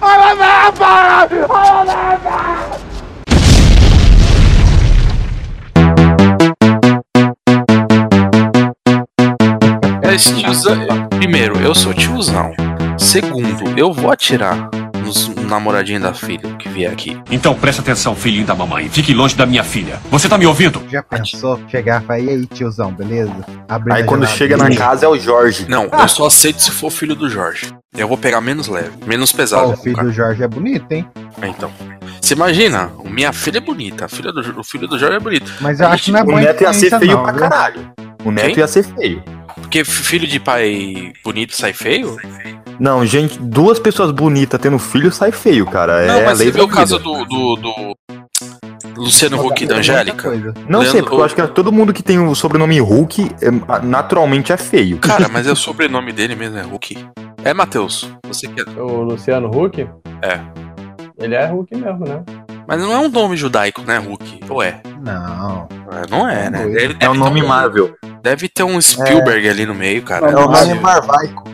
Olha lá, para! Olha lá, para! É Esse tiozão- Primeiro, eu sou tiozão. Segundo, eu vou atirar nos namoradinhos da filha que vier aqui. Então presta atenção, filhinho da mamãe. Fique longe da minha filha. Você tá me ouvindo? Já pensou chegar e falar, e aí, tiozão, beleza? Abre Aí na quando chega geladeira. na casa é o Jorge. Não, eu só aceito se for filho do Jorge. Eu vou pegar menos leve, menos Ó, pesado. o filho do Jorge é bonito, hein? Ah, Então. Você imagina, minha filha é bonita, a filha do, o filho do Jorge é bonito. Mas eu acho que não é O boa neto ia ser influência feio não, pra viu? caralho. O neto Quem? ia ser feio. Porque filho de pai bonito sai feio? Não, gente, duas pessoas bonitas tendo filho sai feio, cara. É Não, a mas lei você da viu o vida. caso do, do, do Luciano Huck e da Angélica? é Muita coisa. Não sei, Leandro- porque eu acho que todo mundo que tem o sobrenome Hulk é, naturalmente é feio. Cara, mas é o sobrenome dele mesmo, é Huck. É, Matheus, você quer. O Luciano Huck? É. Ele é Huck mesmo, né? Mas não é um nome judaico, né, Huck? Ou é? Não. É, Não é, né? Doido. Deve, É o deve nome ter um- Marvel. Deve ter um Spielberg ali no meio, cara. um É o nome Marvel. Marvaico.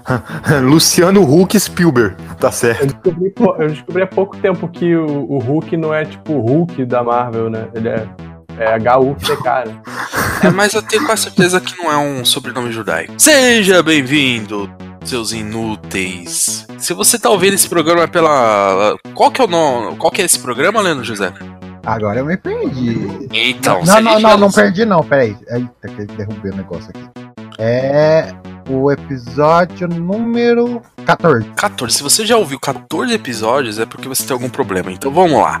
Luciano Hulk Spielberg. Tá certo. Eu descobri, po- eu descobri há pouco tempo que o, o Hulk não é tipo o Hulk da Marvel, né? Ele é, é H-U-C-K, né? É, mas eu tenho quase certeza que não é um sobrenome judaico. Seja bem-vindo, seus inúteis. Se você tá ouvindo esse programa pela. Qual que é o nome? Qual que é esse programa, Leandro José? Agora eu me perdi. Então, se a não, não, gente já- não, assim. não perdi não, peraí. Eita, que derrubei o negócio aqui. É o episódio número 14. 14. Se você já ouviu 14 episódios, é porque você tem algum problema. Então vamos lá.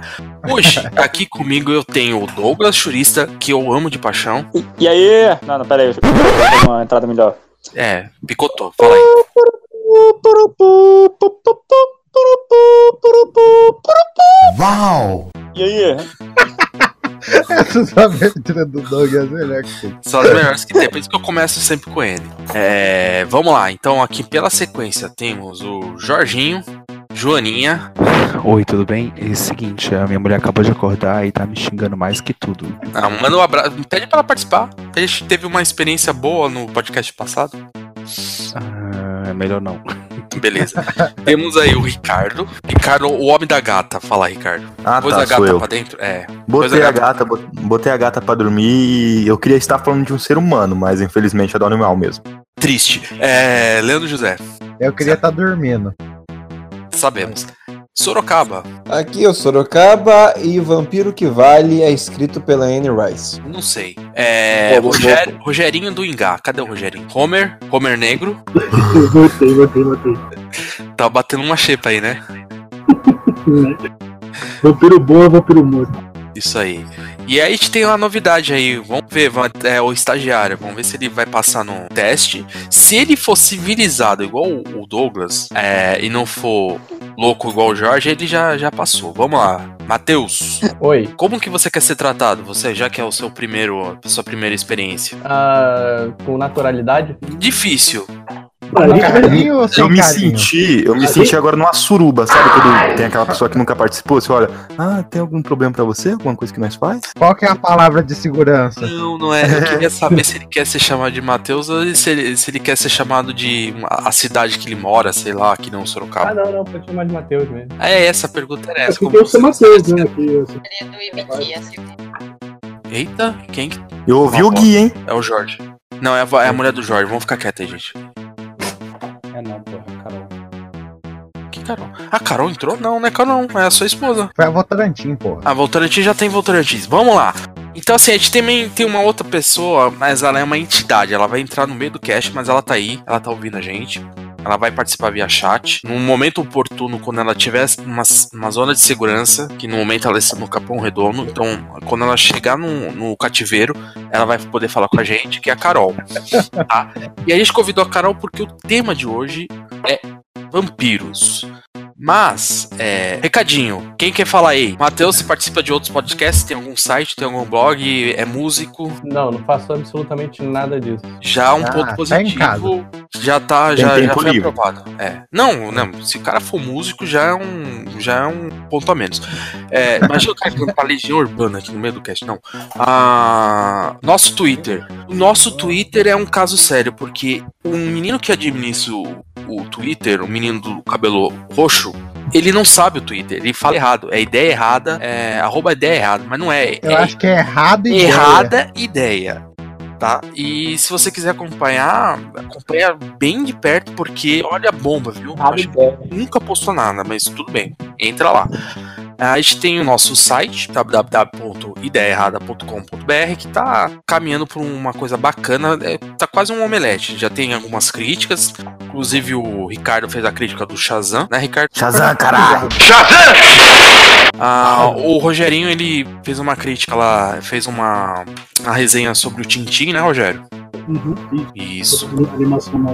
Hoje, aqui comigo eu tenho o Douglas Churista, que eu amo de paixão. E aí? Não, não, pera aí. Deixa eu dar uma entrada melhor. É, picotou. Fala aí. Uau! E aí? Essas aberturas do Doug é melhor que tem. São as melhores que tem, por isso que eu começo sempre com ele. É, vamos lá, então aqui pela sequência temos o Jorginho, Joaninha. Oi, tudo bem? É o seguinte, a minha mulher acabou de acordar e tá me xingando mais que tudo. Ah, manda um abraço, pede pra ela participar. A gente teve uma experiência boa no podcast passado. Ah, é melhor não. Beleza. temos aí o Ricardo. Ricardo, o homem da gata. Fala, Ricardo. Ah, Pôs tá, a sou gata eu. pra dentro? É. Botei Coisa a gata, bot- botei a gata pra dormir e eu queria estar falando de um ser humano, mas infelizmente é do animal mesmo. Triste. É, Leandro José, Eu queria estar dormindo. sabemos. Sorocaba, Aqui é o Sorocaba e Vampiro que Vale é escrito pela Anne Rice. não sei. É, Boa, boa, Rogério- Rogerinho do Ingá. Cadê o Rogerinho? Homer, Homer Negro. Voltei, voltei, voltei. Tá batendo uma xepa aí, né? Vampiro bom é vampiro morto. Isso aí. E aí a gente tem uma novidade aí. Vamos ver va- é, o estagiário. Vamos ver se ele vai passar no teste. Se ele for civilizado igual o o Douglas é, e não for louco igual o Jorge, ele já, já passou. Vamos lá. Matheus, Oi. como que você quer ser tratado? Você já que é o seu primeiro, a sua primeira experiência. Ah, com naturalidade? Difícil. Carinho ou sem eu me carinho? senti, eu me senti agora numa suruba, sabe? Quando tem aquela pessoa que nunca participou, você olha, ah, tem algum problema pra você? Alguma coisa que nós faz? Qual que é a palavra de segurança? Não, não é. Eu queria saber se ele quer ser chamado de Matheus ou se ele, se ele quer ser chamado de uma- a cidade que ele mora, sei lá, que não Sorocaba. Ah, não, não, pode chamar de Matheus mesmo. É, essa pergunta era essa. Como eu você- sou Matheus, né? Eita, quem que. Eu ouvi o Gui, hein? É o Jorge. Não, é a, va- é a mulher do Jorge. Vamos ficar quietos aí, gente. É não, porra, Carol. Que Carol? A Carol entrou? Não, não é Carol, não. É a sua esposa. Foi a Votorantim, porra. Ah, A Voltorantim já tem Voltorantim. Vamos lá. Então, assim, a gente também tem uma outra pessoa, mas ela é uma entidade. Ela vai entrar no meio do cast, mas ela tá aí. Ela tá ouvindo a gente. Ela vai participar via chat. Num momento oportuno, quando ela tiver uma, uma zona de segurança, que no momento ela está no Capão Redondo. Então, quando ela chegar no, no cativeiro, ela vai poder falar com a gente, que é a Carol. Tá? E a gente convidou a Carol porque o tema de hoje é vampiros. Mas, é, recadinho, quem quer falar aí? Matheus, você participa de outros podcasts? Tem algum site, tem algum blog? É músico? Não, não faço absolutamente nada disso. Já um Ah, ponto tá em positivo. já tá, Tem já, já tempo foi livre. aprovado. É. Não, não, se o cara for músico, já é um, já é um ponto a menos. É, imagina o cara cantando pra Legião Urbana aqui no meio do cast, não. Ah, nosso Twitter. O nosso Twitter é um caso sério, porque um menino que administra o, o Twitter, um menino do cabelo roxo, Ele não sabe o Twitter, ele fala errado. É ideia errada, é arroba ideia errada, mas não é. Eu é acho que é errado e errada ideia. Tá? E se você quiser acompanhar, acompanha bem de perto, porque olha a bomba, viu? Acho que nunca postou nada, mas tudo bem. Entra lá. A gente tem o nosso site, www.ideaerrada.com.br, que tá caminhando por uma coisa bacana, é, tá quase um omelete. Já tem algumas críticas, inclusive o Ricardo fez a crítica do Shazam, né, Ricardo? Shazam, caralho! Ah, o Rogerinho, ele fez uma crítica lá, fez uma, uma resenha sobre o Tintim, né, Rogério? Isso,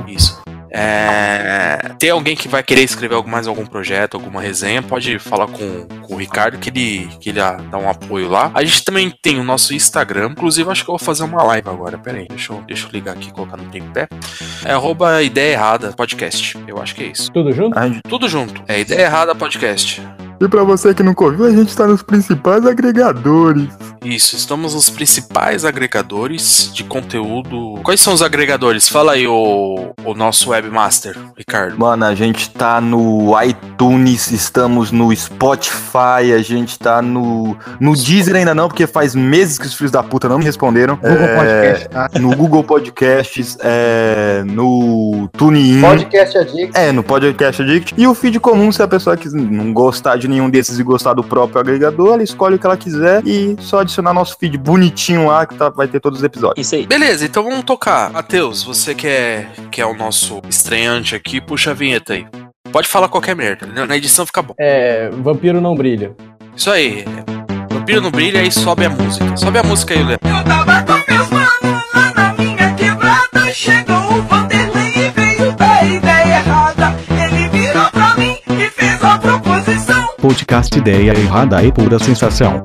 isso. É, tem alguém que vai querer escrever algum- mais algum projeto, alguma resenha, pode falar com, com o Ricardo que ele, que ele ah, dá um apoio lá. A gente também tem o nosso Instagram, inclusive acho que eu vou fazer uma live agora, peraí, deixa eu, deixa eu ligar aqui e colocar no pé. É arroba ideia errada podcast, eu acho que é isso. Tudo junto? Tudo junto, é ideia errada podcast. E pra você que nunca ouviu, a gente tá nos principais agregadores. Isso, estamos nos principais agregadores de conteúdo. Quais são os agregadores? Fala aí o, o nosso webmaster, Ricardo. Mano, a gente tá no iTunes, estamos no Spotify, a gente tá no. No Deezer ainda não, porque faz meses que os filhos da puta não me responderam. Google É, Podcast, tá? No Google Podcasts, é, no Hum. TuneIn. Podcast Addict. É, no Podcast Addict. E o feed comum, se a pessoa quis não gostar de nenhum desses e gostar do próprio agregador, ela escolhe o que ela quiser e só adicionar nosso feed bonitinho lá, que tá- vai ter todos os episódios. Isso aí. Beleza, então vamos tocar. Matheus, você que é, que é o nosso estreante aqui, puxa a vinheta aí. Pode falar qualquer merda, na na edição fica bom. É. Vampiro não brilha. Isso aí. Vampiro não brilha e sobe a música. Sobe a música aí, Léo. Eu tava com meus manos lá na minha quebrada. Chegou o Vanderlei e veio da ideia errada. Ele virou pra mim e fez a proposição. Podcast Ideia Errada e Pura Sensação.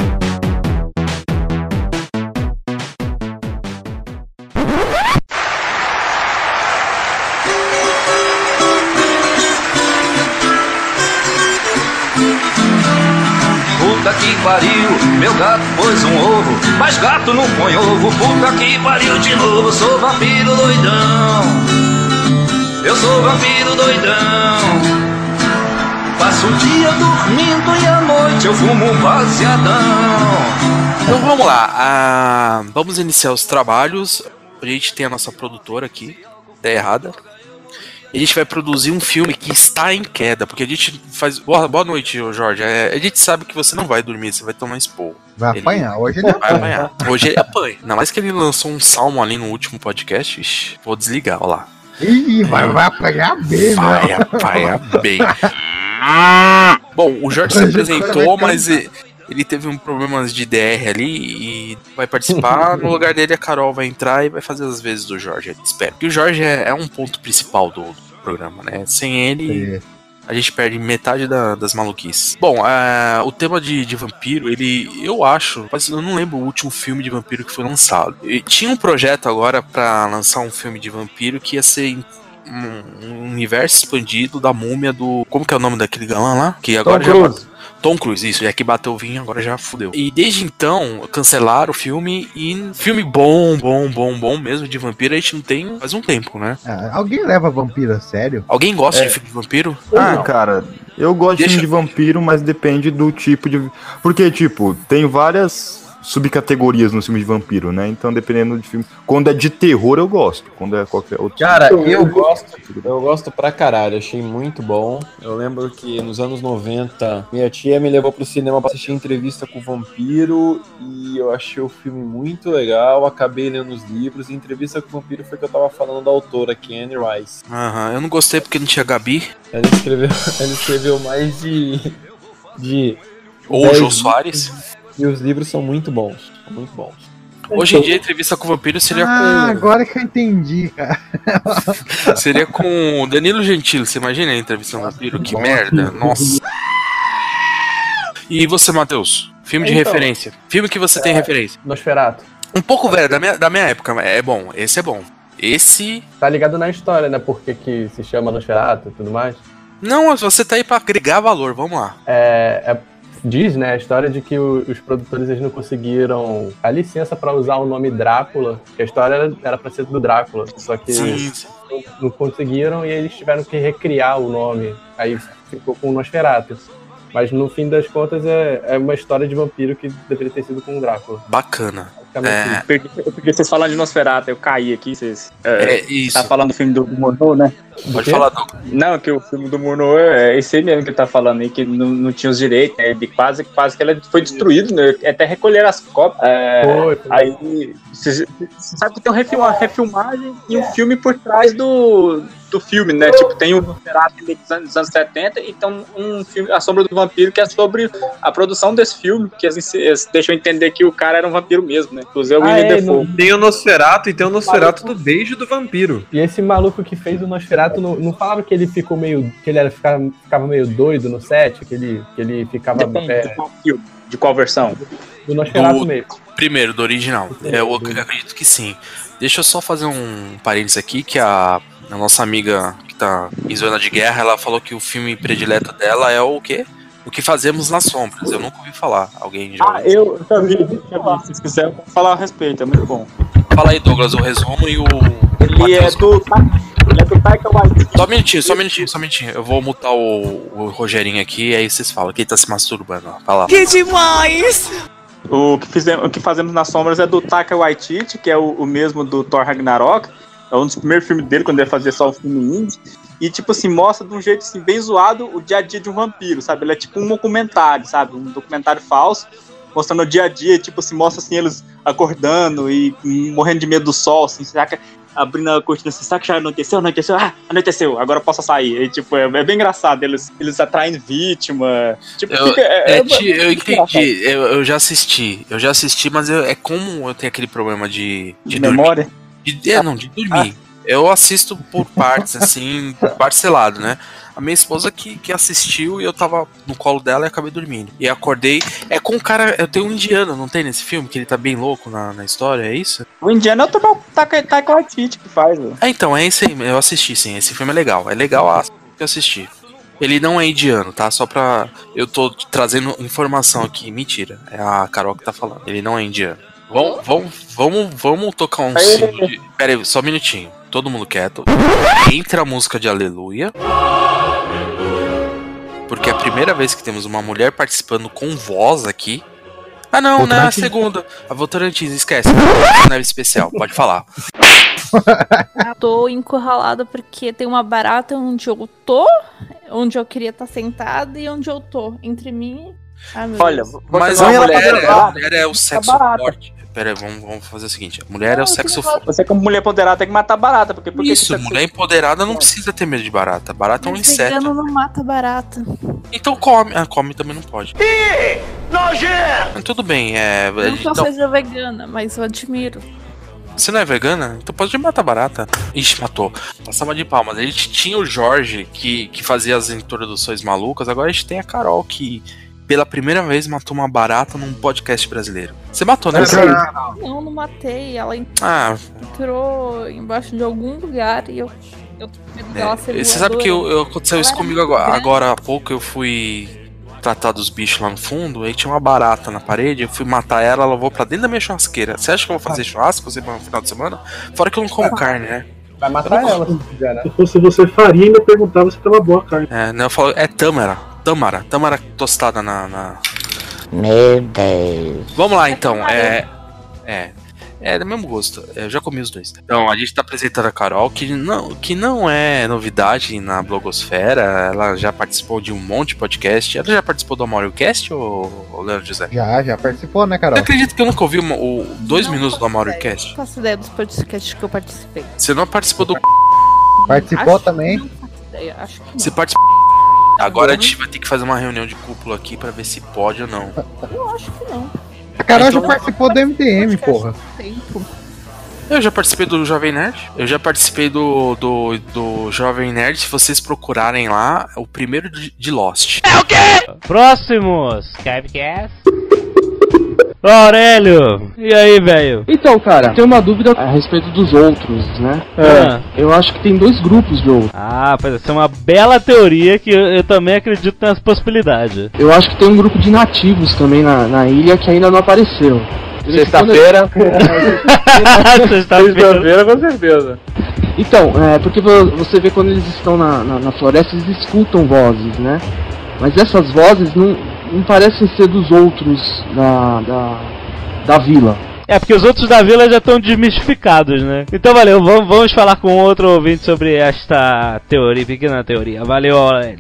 Puta que pariu, meu gato pôs um ovo, mas gato não põe ovo. Puta que pariu de novo, sou vampiro doidão. Eu sou vampiro doidão. Passo o dia dormindo e à noite eu fumo um baseadão. Então vamos lá. ah, vamos iniciar os trabalhos. A gente tem a nossa produtora aqui, ideia errada. E a gente vai produzir um filme que está em queda, porque a gente faz. Boa, boa noite, ô Jorge. É, a gente sabe que você não vai dormir, você vai tomar expor. Vai apanhar. Hoje ele é Vai apanha. apanhar. Hoje ele apanha. Ainda mais que ele lançou um salmo ali no último podcast. Ixi, vou desligar, ó lá. Ih, vai, vai apanhar bem, né? Vai apanhar bem. Bom, o Jorge se apresentou, mas e- ele teve um problema de DR ali e vai participar. No lugar dele, a Carol vai entrar e vai fazer as vezes do Jorge. Espero. E o Jorge é, é um ponto principal do, do programa, né? Sem ele, É. a gente perde metade da- das maluquices. Bom, ah, o tema de, de vampiro, ele, eu acho, mas eu não lembro o último filme de vampiro que foi lançado. E tinha um projeto agora pra lançar um filme de vampiro que ia ser em- um, um universo expandido da múmia do. Como que é o nome daquele galã lá? Que agora já Cruise. Tom Cruise, isso, já que bateu o vinho, agora já fudeu. E desde então, cancelaram o filme e filme bom, bom, bom, bom mesmo de vampiro, a gente não tem faz um tempo, né? Ah, alguém leva vampiro a sério? Alguém gosta de filme de vampiro? Ah, cara, eu gosto de Deixa- filme de vampiro, mas depende do tipo de. Porque, tipo, tem várias subcategorias no filme de vampiro, né? Então, dependendo de filme. Quando é de terror, eu gosto. Quando é qualquer outro. Cara, filme- tipo eu gosto, eu gosto pra caralho, achei muito bom. Eu lembro que nos anos 90, minha tia me levou pro cinema pra assistir entrevista com o vampiro e eu achei o filme muito legal, acabei lendo os livros e entrevista com o vampiro foi que eu tava falando da autora, Kenny Rice. Aham, eu não gostei porque não tinha Gabi. Ela escreveu, ela escreveu mais de de Ou o Dez Jô livros. Soares. e os livros são muito bons, são muito bons. Hoje em dia, a entrevista com o vampiro seria Ah, agora que eu entendi, cara. com. Seria com o Danilo Gentili. Você imagina a entrevista com o vampiro? Que merda. Nossa. E você, Matheus? Filme de Então. referência. Filme que você tem referência. Nosferato. Um pouco velho, da minha, da minha época. mas É bom, esse é bom. Esse. Tá ligado na história, né? Por que que se chama Nosferato e tudo mais. Não, mas você tá aí pra agregar valor, vamos lá. É, é- diz, né, a história de que o- os produtores eles não conseguiram a licença pra usar o nome Drácula, que a história era- era pra ser do Drácula, só que Sim, não- não conseguiram e eles tiveram que recriar o nome. Aí ficou com o Nosferatu. Mas no fim das contas é, é uma história de vampiro que deveria ter sido com o Drácula. Bacana. Eu perdi- eu perdi vocês falando de Nosferatu, eu caí aqui, vocês. É, isso. Tá falando do filme do Murnau, né? É, Pode falar, Doug. Não, é que o filme do Murnau é esse aí mesmo que ele tá falando aí, que não, não tinha os direitos, né? Ele quase, quase que ela foi destruído, né? Até recolher as cópias. É, Foi, foi. Aí. Você sabe que tem um refil- uma refilmagem e um filme por trás do, do filme, né? Tipo, tem o Nosferatu dos anos dos anos 70 e tem um filme, A Sombra do Vampiro, que é sobre a produção desse filme, que eles, eles deixam entender que o cara era um vampiro mesmo, né? Inclusive o Ah, William é, Defoe. Tem o Nosferato e tem o Nosferato do Beijo do Vampiro. E esse maluco que fez o Nosferatu, não, não falaram que ele ficou meio. que ele era, ficava, ficava meio doido no set, que ele, que ele ficava. Depende é, de qual filme, de qual versão. do Nosferatu Do- mesmo. Primeiro, do original. É, eu ac- acredito que sim. Deixa eu só fazer um parênteses aqui, que a, a nossa amiga que tá em zona de guerra, ela falou que o filme predileto dela é o quê? O que fazemos nas sombras. Eu nunca ouvi falar. Alguém já. Ah, eu eu já vi, eu já vi. Se quiser, eu posso falar a respeito, é muito bom. Fala aí, Douglas, o resumo e o. Ele é do. Ele é do Taika Waititi. Só um minutinho, só um minutinho, só um minutinho. Eu vou mutar o, o Rogerinho aqui, aí vocês falam. Quem tá se masturbando? ó. Fala. Que demais! O que, fizemos, o que fazemos nas sombras é do Taika Waititi, que é o, o mesmo do Thor Ragnarok. É um dos primeiros filmes dele, quando ele fazia só um filme indie. E, tipo assim, mostra de um jeito assim, bem zoado o dia a dia de um vampiro, sabe? Ele é tipo um documentário, sabe? Um documentário falso, mostrando o dia a dia, tipo assim, mostra assim, eles acordando e hum, morrendo de medo do sol, assim, saca? Abrindo a cortina assim, saca? Já anoiteceu, anoiteceu, ah, anoiteceu, agora eu posso sair. E, tipo, é, é bem engraçado, eles, eles atraem vítima. Tipo, Eu, fica- é- é, é- ti- eu fica engraçado. entendi, eu, eu já assisti, eu já assisti, mas eu- é como eu tenho aquele problema de, de dormir. memória? De, é, não, de dormir. Eu assisto por partes, assim, parcelado, né? A minha esposa que, que assistiu e eu tava no colo dela e acabei dormindo. E acordei. É com o cara. Eu tenho um indiano, não tem nesse filme? Que ele tá bem louco na, na história, é isso? O indiano é o Taika- Taika Taika Waititi que faz, velho. É, então, é esse aí. Eu assisti, sim. Esse filme é legal. É legal a que eu assisti. Ele não é indiano, tá? Só pra. Eu tô trazendo informação aqui. Mentira. É a Carol que tá falando. Ele não é indiano. Vamos, vamos, vamos, vamos tocar um símbolo de. Pera aí, só um minutinho. Todo mundo quieto. Entra a música de Aleluia. Porque é a primeira vez que temos uma mulher participando com voz aqui. Ah, não, né? A Votorantim. segunda. A Votorantim, esquece. Não é especial, pode falar. Tô encurralada porque tem uma barata onde eu tô, onde eu queria estar sentada e onde eu tô. Entre mim. Ah, meu Olha, Deus. mas a mulher, a mulher é o sexo barata. forte. Pera aí, vamos, vamos fazer o seguinte: a mulher é o sexo forte. Você, como mulher ponderada, tem que tá matar barata. Porque, porque Isso, mulher empoderada não precisa ter medo de barata. Barata é um Mas inseto. Vegano não mata barata. Então come. Ah, come também não pode. Ih, nojento! Mas Tudo bem, é. Não que eu então, seja vegana, mas eu admiro. você não é vegana? Então pode matar barata. Ixi, matou. Passava de palmas. A gente tinha o Jorge que, que fazia as introduções malucas, agora a gente tem a Carol que. Pela primeira vez matou uma barata num podcast brasileiro. Você matou, É, né? Ah. Carol? Não, não matei. Ela Ah, entrou embaixo de algum lugar e eu, eu tô com medo dela ser É, Você sabe voadora. que eu- eu- aconteceu Ela isso era comigo muito agora. né? grande. Agora há pouco eu fui tratar dos bichos lá no fundo, aí tinha uma barata na parede, eu fui matar ela, ela levou pra dentro da minha churrasqueira. Você acha que eu vou fazer churrasco semana- no final de semana? Fora que eu não como carne, né? Vai matar ela se quiser, né? Se fosse você faria, ainda perguntava se tava boa a carne. É, né, eu falo, é tâmara, tâmara, tâmara tostada na... na- Meu Deus. Vamos lá então, é... É... É do mesmo gosto, eu já comi os dois. Então, a gente tá apresentando a Carol, que não, que não é novidade na blogosfera, ela já participou de um monte de podcast. Ela já participou do AmorioCast, ou, ou Leandro José? Já, já participou, né, Você Carol? acredita É que eu nunca ouvi uma- o, dois minutos do AmorioCast? Não faço ideia dos podcasts que eu participei. Você não participou do... Participou também? Eu acho que Você participou... Agora a Uhum. gente vai ter que fazer uma reunião de cúpula aqui pra ver se pode ou não. eu acho que não. A é Carol já participou do MDM, porra. Tempo. Eu já participei do Jovem Nerd. Eu já participei do, do, do Jovem Nerd. Se vocês procurarem lá, é o primeiro de, de Lost. assim? Próximos! Skypecast. é? Ô, Aurélio, e aí, velho? Então, cara, tem uma dúvida a respeito dos outros, né? Ah. É, eu acho que tem dois grupos de outros. Ah, pois essa é uma bela teoria que eu, eu também acredito nas possibilidades. Eu acho que tem um grupo de nativos também na, na ilha que ainda não apareceu. Sexta-feira. Sexta-feira, com certeza. Então, é, porque vo- você vê quando eles estão na, na, na floresta, eles escutam vozes, né? Mas essas vozes não, não parecem ser dos outros da, da, da vila. É, porque os outros da vila já estão desmistificados, né? Então valeu, vamos, vamos falar com outro ouvinte sobre esta teoria, pequena teoria. Valeu, Aurélio.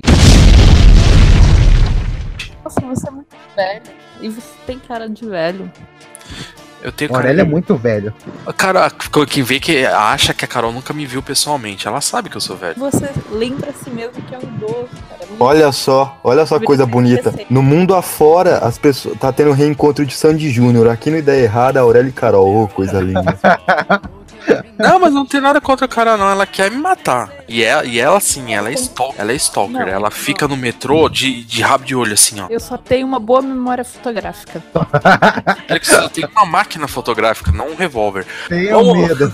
Nossa, você é muito velho. E você tem cara de velho. Eu tenho O cara- Aurélio é muito velho. Cara, quem vê que acha que a Carol nunca me viu pessoalmente, ela sabe que eu sou velho. Você lembra a si mesmo que é um idoso, cara. Olha só, olha só que coisa bonita. No mundo afora, as pessoas tá tendo reencontro de Sandy Júnior. Aqui no Ideia Errada, Aurélio e Carol, Ô, coisa linda. Não, mas não tem nada contra a cara, não. Ela quer me matar. E ela, e ela sim, ela é stalker. Ela é stalker. Não, ela fica no metrô de, de rabo de olho, assim, ó. Eu só tenho uma boa memória fotográfica. Ela que só tem uma máquina fotográfica, não um revólver. Tenho medo.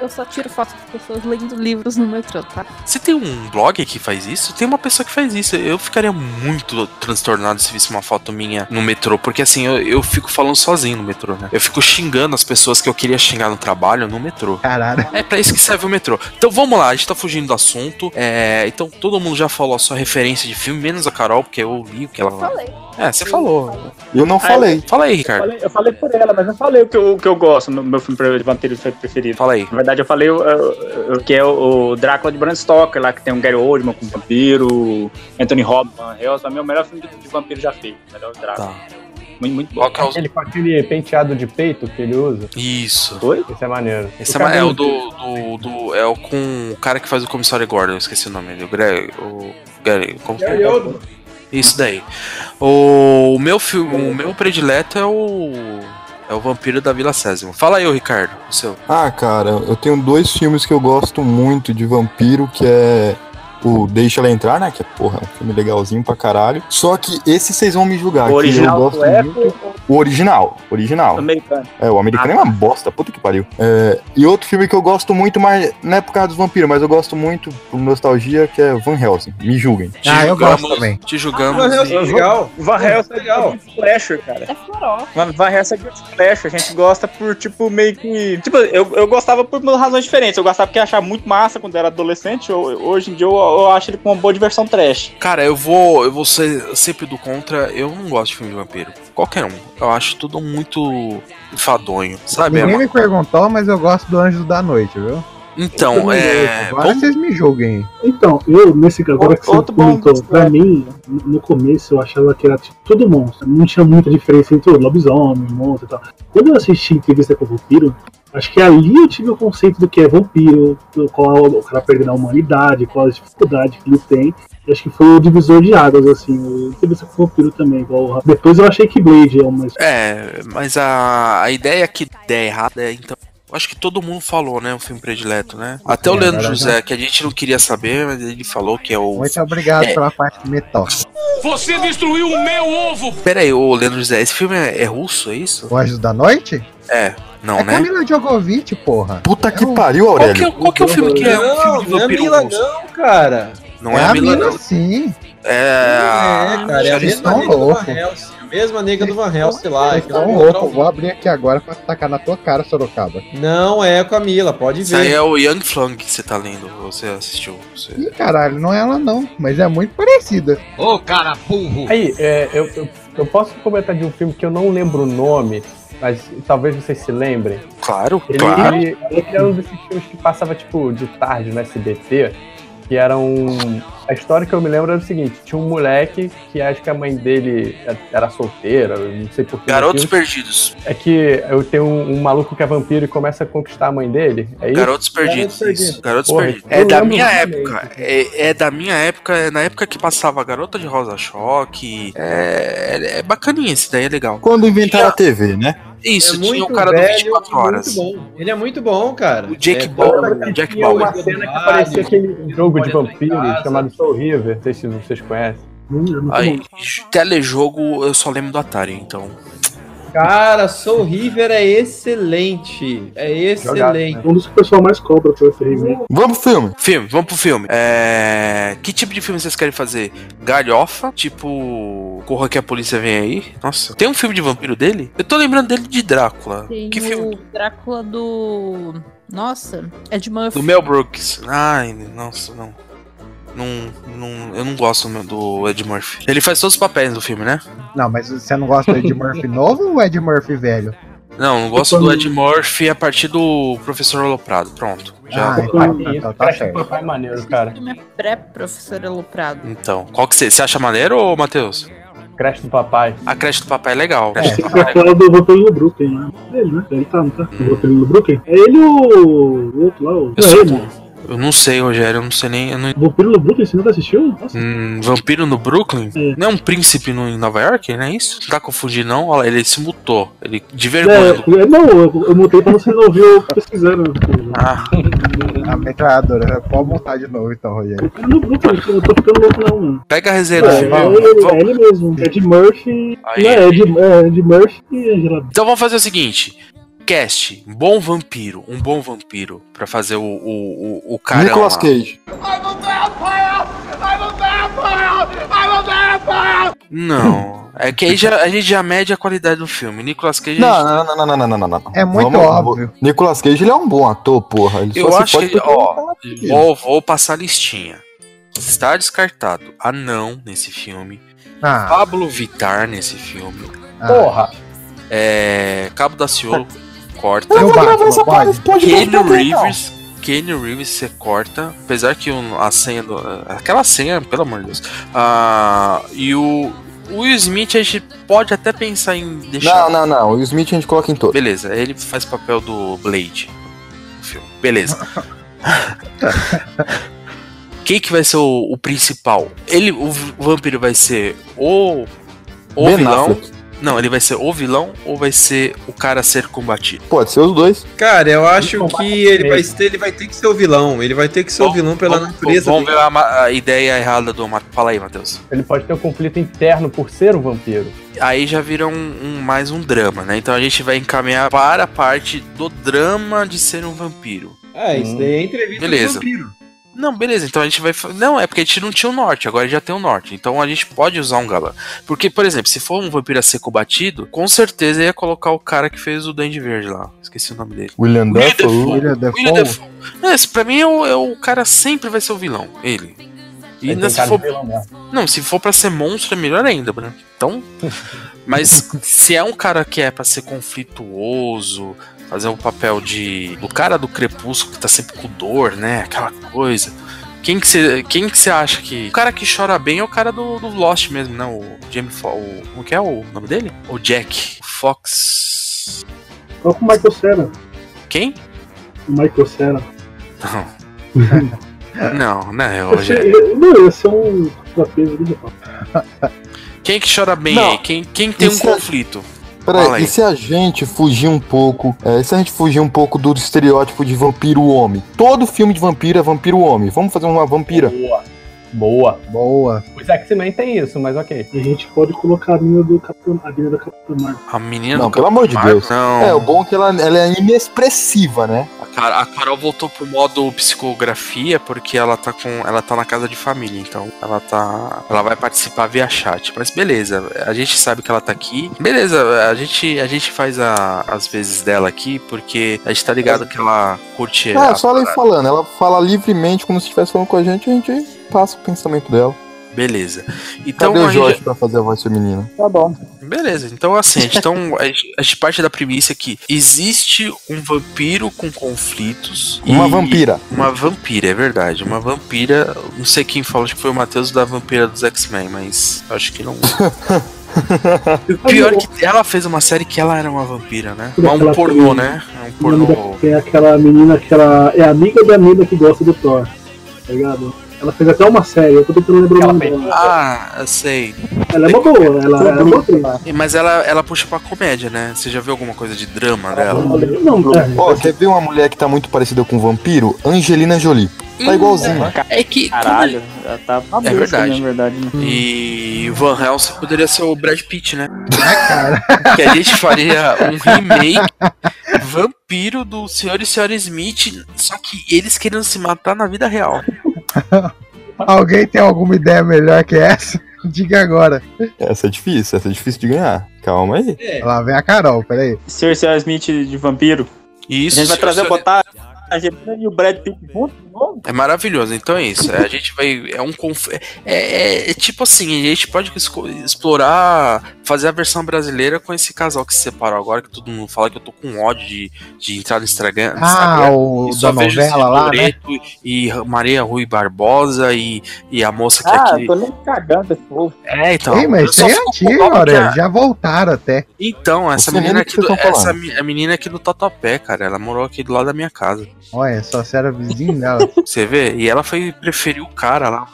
Eu só tiro foto de pessoas lendo livros no metrô, tá? Você tem um blog que faz isso? Tem uma pessoa que faz isso. Eu ficaria muito transtornado se visse uma foto minha no metrô. Porque assim, eu, eu fico falando sozinho no metrô, né? Eu fico xingando as pessoas que eu queria xingar no trabalho no metrô. Caralho. É pra isso que serve o metrô. Então vamos lá, a gente tá fugindo do assunto. É, então todo mundo já falou a sua referência de filme, menos a Carol, porque eu li o que ela falou. É, você falou. Eu não falei. Fala aí, Ricardo. Eu falei, eu falei por ela, mas não falei o que eu, o que eu gosto no meu filme pre- vampiro preferido. Fala aí. Na verdade, eu falei o, o- o que é o, o Drácula de Bram Stoker, lá que tem o Gary Oldman com um vampiro, Anthony Robbins, Van Helsing. Pra mim, é o melhor filme de, de vampiro já feito. o Melhor Drácula. Tá. Tá. Muito, muito bom. Ele com aquele penteado de peito que ele usa. Isso. Oi? Esse é maneiro. Esse é, ma- é o do, do, do- É o com o cara que faz o comissário Gordon, eu esqueci o nome dele. O Greg. O Gary. Como que é? Gary Oldman. Isso daí. O, o meu filme. O meu predileto é o. É o Vampiro da Vila Sésamo. Fala aí, ô Ricardo. O seu. Ah, cara, eu tenho dois filmes que eu gosto muito de vampiro, que é o Deixa Ela Entrar, né? Que é, porra, é um filme legalzinho pra caralho. Só que esse vocês vão me julgar. O que eu original é? gosto do muito. Apple, O original, original. o americano. É, o americano é uma bosta, puta que pariu. É, e outro filme que eu gosto muito, mas não é por causa dos vampiros, mas eu gosto muito por nostalgia, que é Van Helsing. Me julguem. Ah, eu gosto também. Te julgamos. Ah, Van Helsing é legal. Van Helsing é legal. Slasher, cara. É Van Van Helsing é good slasher. A gente gosta por, tipo, meio que... Tipo, eu, eu gostava por razões diferentes. Eu gostava porque eu achava muito massa quando era adolescente. Eu- eu- hoje em dia eu, eu acho ele com uma boa diversão trash. Cara, eu vou. Eu vou ser sempre do contra. Eu não gosto de filme de vampiro. Qualquer um. Eu acho tudo muito enfadonho. Sabe? É Ninguém uma- me perguntou, mas eu gosto do Anjos da Noite, viu? Então, é. Agora vocês me julguem. Então, eu, nesse que agora que você outro bom é. comentou, pra mim, no no começo eu achava que era tipo, tudo monstro. Não tinha muita diferença entre o lobisomem, monstro e tal. Quando eu assisti entrevista com o vampiro, acho que ali eu tive o conceito do que é vampiro, do qual o cara perdendo a humanidade, qual a dificuldade que ele tem. E acho que foi o divisor de águas, assim, o entrevista com o vampiro também. Igual, o Rafa. depois eu achei que Blade é uma É, mas a, a ideia que der errada é então. eu Acho que todo mundo falou, né? O filme predileto, né? Até o É, Leandro era José, já. tá. que a gente não queria saber, mas ele falou que é o. Muito obrigado É, pela parte que me toca. Você destruiu o meu ovo! Pera aí, ô Leandro José, esse filme é, é russo, é isso? O Anjos da Noite? É, não, é né? Camila Djokovic, porra. Puta que pariu, Qual que, é, qual que é o filme que é um filme de não é vampiro Mila, russo? Não, cara. Não é, a Mila, não. Sim. É, Ah, É, cara, é a Eles tá mesma tão nega do Van loucos. Helsing. A mesma nega do Van Helsing lá. Vocês que ela estão encontrou loucos, vou abrir aqui agora pra tacar na tua cara, Sorocaba. Não é com a Mila, pode Isso aí ver. é o Young Flung que você tá lendo, você assistiu. Você... Ih, caralho, não é ela não, mas é muito parecida. Ô, cara burro! Aí, é, eu, eu, eu posso comentar de um filme que eu não lembro o nome, mas talvez vocês se lembrem. Claro, Ele, claro. ele, ele era um desses filmes que passava, tipo, de tarde no SBT, que era um... A história que eu me lembro era o seguinte, tinha um moleque que acho que a mãe dele era solteira, eu não sei por que Garotos motivo. Perdidos. É que eu tenho um, um maluco que é vampiro e começa a conquistar a mãe dele, é isso? Garotos Perdidos. isso. Garotos Porra, Perdidos. eu É da lembro minha vagamente. época. É, é da minha época. É na época que passava Garota de Rosa Choque. É, é, é bacaninha esse daí, é legal. Quando inventaram a TV, né? Isso, É tinha o muito cara velho, do 24 horas. muito bom. Ele é muito bom, cara. O Jake é, Bauer, o Jack Tinha uma Bauer. cena que parecia aquele jogo de vampiros chamado Soul River, não sei se vocês conhecem. Aí, telejogo eu só lembro do Atari, então. Cara, Soul River é excelente. É excelente. Um dos que o pessoal mais cobra por esse remake. Vamos pro filme. Filme, vamos pro filme. É... Que tipo de filme vocês querem fazer? Galhofa, tipo. Corra que a polícia vem aí. Nossa. Tem um filme de vampiro dele? Eu tô lembrando dele de Drácula. é Tem que o filme? Drácula do. Nossa, é de Murphy. Do Mel Brooks. Ai, nossa, não. Não, não, eu não gosto do- do Ed Murphy. Ele faz todos os papéis do filme, né? Não, mas você não gosta do Ed Murphy novo ou Ed Murphy velho? Não, não gosto do Ed Murphy a partir do Professor Aloprado. Pronto. Já. Ah, então, tá, tá, tá certo. Papai maneiro, cara. Pré-professor Aloprado. Então, qual que você, você acha maneiro, ô, Matheus? Creche do Papai. A creche do papai é legal. É, Creche tem do que papai é falar legal. do Vampiro no Brooklyn, né? Ele, né? Ele tá, não tá? O Vampiro no Brooklyn? É ele ou o outro lá? O... Eu é sei, ele. Eu não sei, Rogério, eu não sei nem. eu não- Vampiro no Brooklyn, você nunca assistiu? Nossa, Hum, vampiro no Brooklyn? Não é um príncipe no, em Nova York, não é isso? Não tá confundindo, não? Olha lá, ele se mutou. Ele de vergonha. É, é, não, eu, eu mutei pra você não ouvir eu pesquisando. Ah. A metralhadora. Pode montar de novo então, Rogério. Eu não, não, tô- eu tô ficando louco não, mano. Pega a É, resenha do filme. é, ele, é ele mesmo. É de Murphy. Aí. Não, é de, é de Murphy e Angela. Então vamos fazer o seguinte: cast, bom vampiro, um bom vampiro, pra fazer o, o, o, o carão Nicolas lá. Cage. Não. É que aí já- a gente já mede a qualidade do filme. Nicolas Cage. Não, é não, não, não, não, não, não, não, não. É muito óbvio. Nicolas Cage, ele é um bom ator, porra. Ele Eu só se acho pode que. porque ele tá Ó, aqui. vou, vou passar a listinha. Está descartado Anão nesse filme. Ah. Pablo Vittar nesse filme. Porra! É, Cabo da Ciolo, corta. Eu vou gravar essa parada, pode Keanu botar, não. Reeves. Keanu Reeves você corta, apesar que o- a senha do, aquela senha, pelo amor de Deus. Ah, e o o Will Smith a gente pode até pensar em deixar. Não, não, não. O Will Smith a gente coloca em todo. Beleza, ele faz papel do Blade no filme. Beleza. Quem que vai ser o, o principal? Ele, o v- vampiro vai ser o, o Ben vilão. Affleck. Não, ele vai ser o vilão ou vai ser o cara a ser combatido? Pode ser os dois. Cara, eu acho que ele vai, ter, ele vai ter que ser o vilão. Ele vai ter que ser o vilão pela natureza. Vamos dele. ver a, ma- a ideia errada do Matheus. Fala aí, Matheus. Ele pode ter um conflito interno por ser um vampiro. Aí já vira um, um- mais um drama, né? Então a gente vai encaminhar para a parte do drama de ser um vampiro. É, Hum, isso daí é entrevista Beleza. do vampiro. Não, beleza, então a gente vai. fa- Não, é porque a gente não tinha o norte, agora já tem o norte. Então a gente pode usar um galã. Porque, por exemplo, se for um vampiro a ser combatido, com certeza ia colocar o cara que fez o Duende Verde lá. Esqueci o nome dele. William William Dafoe. Dafoe. William É William Dafoe. Não, esse pra mim é o, é o cara sempre vai ser o vilão, ele. E é Ele ainda tem se cara for, de vilão mesmo. não, se for pra ser monstro é melhor ainda, né? Então, mas se é um cara que é pra ser conflituoso, fazer um papel de do cara do crepúsculo que tá sempre com dor, né? Aquela coisa. Quem que você quem que você acha que o cara que chora bem é o cara do, do Lost mesmo, né? O Jamie Fo o como que é o nome dele? O Jack Fox. Olha com o Michael Cera. Quem? O Michael Cera. Não. não, né, Rogério? Eu- Não, ia ser um contrapeso do Japão. Quem que chora bem Não. aí? Quem quem tem um Isso é- conflito? Fala Peraí, aí. e se a gente fugir um pouco, é, se a gente fugir um pouco do estereótipo de vampiro homem? Todo filme de vampiro é vampiro homem. Vamos fazer uma vampira. Boa. Boa. Boa. Os X-Men tem isso, mas ok. A gente pode colocar a mina do Capitão, a mina da Capitã Marvel. A menina Não, do pelo Capitão amor de Marvel? Deus. Não. É, o bom é que ela, ela é inexpressiva, né? A Cara, a Carol voltou pro modo psicografia porque ela tá com, ela tá na casa de família, então ela tá, ela vai participar via chat. Mas beleza, a gente sabe que ela tá aqui. Beleza, a gente, a gente faz a, as vezes dela aqui porque a gente tá ligado que ela curte. É, a só ela ir parada. falando. Ela fala livremente, como se estivesse falando com a gente, a gente passa o pensamento dela. Beleza. Então Cadê a o gente- Jorge pra fazer a voz feminina? Tá bom. Beleza, então assim, a gente, então, a gente- a gente parte da premissa que existe um vampiro com conflitos. Uma vampira. Uma vampira, é verdade. Uma vampira. Não sei quem falou, acho que foi o Matheus da vampira dos X-Men, mas acho que não. O Pior é que ela fez uma série que ela era uma vampira, né? Como é que um ela pornô, fez? né? É um O nome pornô. da- é aquela menina que ela é amiga da mina que gosta do Thor. Tá ligado? Ela fez até uma série, eu tô tentando lembrar o nome dela. Ah, eu sei. Ela é uma boa, ela, ela é uma boa. Mas ela, ela puxa pra comédia, né? Você já viu alguma coisa de drama dela? Não, é, Ó, quer ver uma mulher que tá muito parecida com um vampiro? Angelina Jolie. Tá igualzinho. É que. Caralho, já tá É verdade. Na verdade né? E Van Helsing poderia ser o Brad Pitt, né? Que a gente faria um remake vampiro do Sr. e Sr. Smith, só que eles querendo se matar na vida real. Alguém tem alguma ideia melhor que essa? Diga agora. Essa é difícil, essa é difícil de ganhar. Calma aí. É. Lá vem a Carol, peraí. Cersei Smith de vampiro. Isso. é A gente vai Cersei- trazer, botar a Angelina e o Brad Pitt junto de novo? É maravilhoso, então é isso. A gente vai. É um conf... é, é- é tipo assim, a gente pode esco- explorar, fazer a versão brasileira com esse casal que se separou agora, que todo mundo fala que eu tô com ódio de, de entrar no Instagram. no Ah, Instagram, o e só da vejo novela lá, né? Zé Loreto E Maria Rui Barbosa e, e a é moça que é Ah, aqui. tô nem cagando esse povo. É, então. Ei, eu mas isso só aí é fico com antigo, dó porque olha, a- já voltaram até. Então, essa Eu tô menina vendo o que aqui vocês do, estão essa falando. mi- a menina aqui do Tatuapé, cara, ela morou aqui do lado da minha casa. Olha, só se era vizinho dela. Você vê? E ela foi preferiu o cara lá.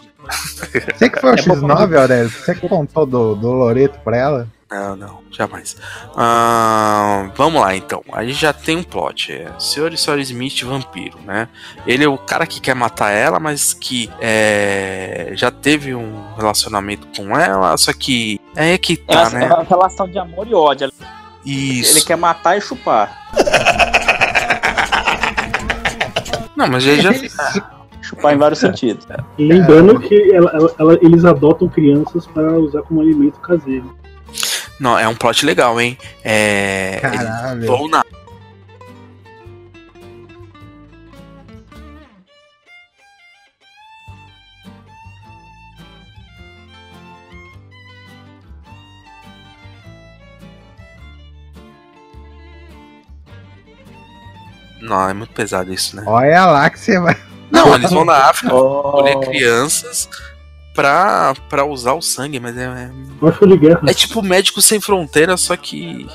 Você que foi É o né? X9, Aurélio? Você que contou do, do Loreto pra ela? Não, não, jamais. Ah, vamos lá então. A gente já tem um plot. É Senhor e Senhora Smith vampiro, né? Ele é o cara que quer matar ela, mas que é, já teve um relacionamento com ela, só que. É que É tá, uma- né? é uma relação de amor e ódio. Isso. Ele quer matar e chupar. Não, mas ele já. chupar em vários sentidos. Lembrando É. que ela- ela- ela- eles adotam crianças para usar como alimento caseiro. Não, é um plot legal, hein? É. Caralho. Vão na Não, é muito pesado isso, né? Olha lá que você vai. Não, eles vão na África colher crianças pra, pra usar o sangue, mas é, é- Órfão de guerra. é, tipo Médicos Sem Fronteiras, só que.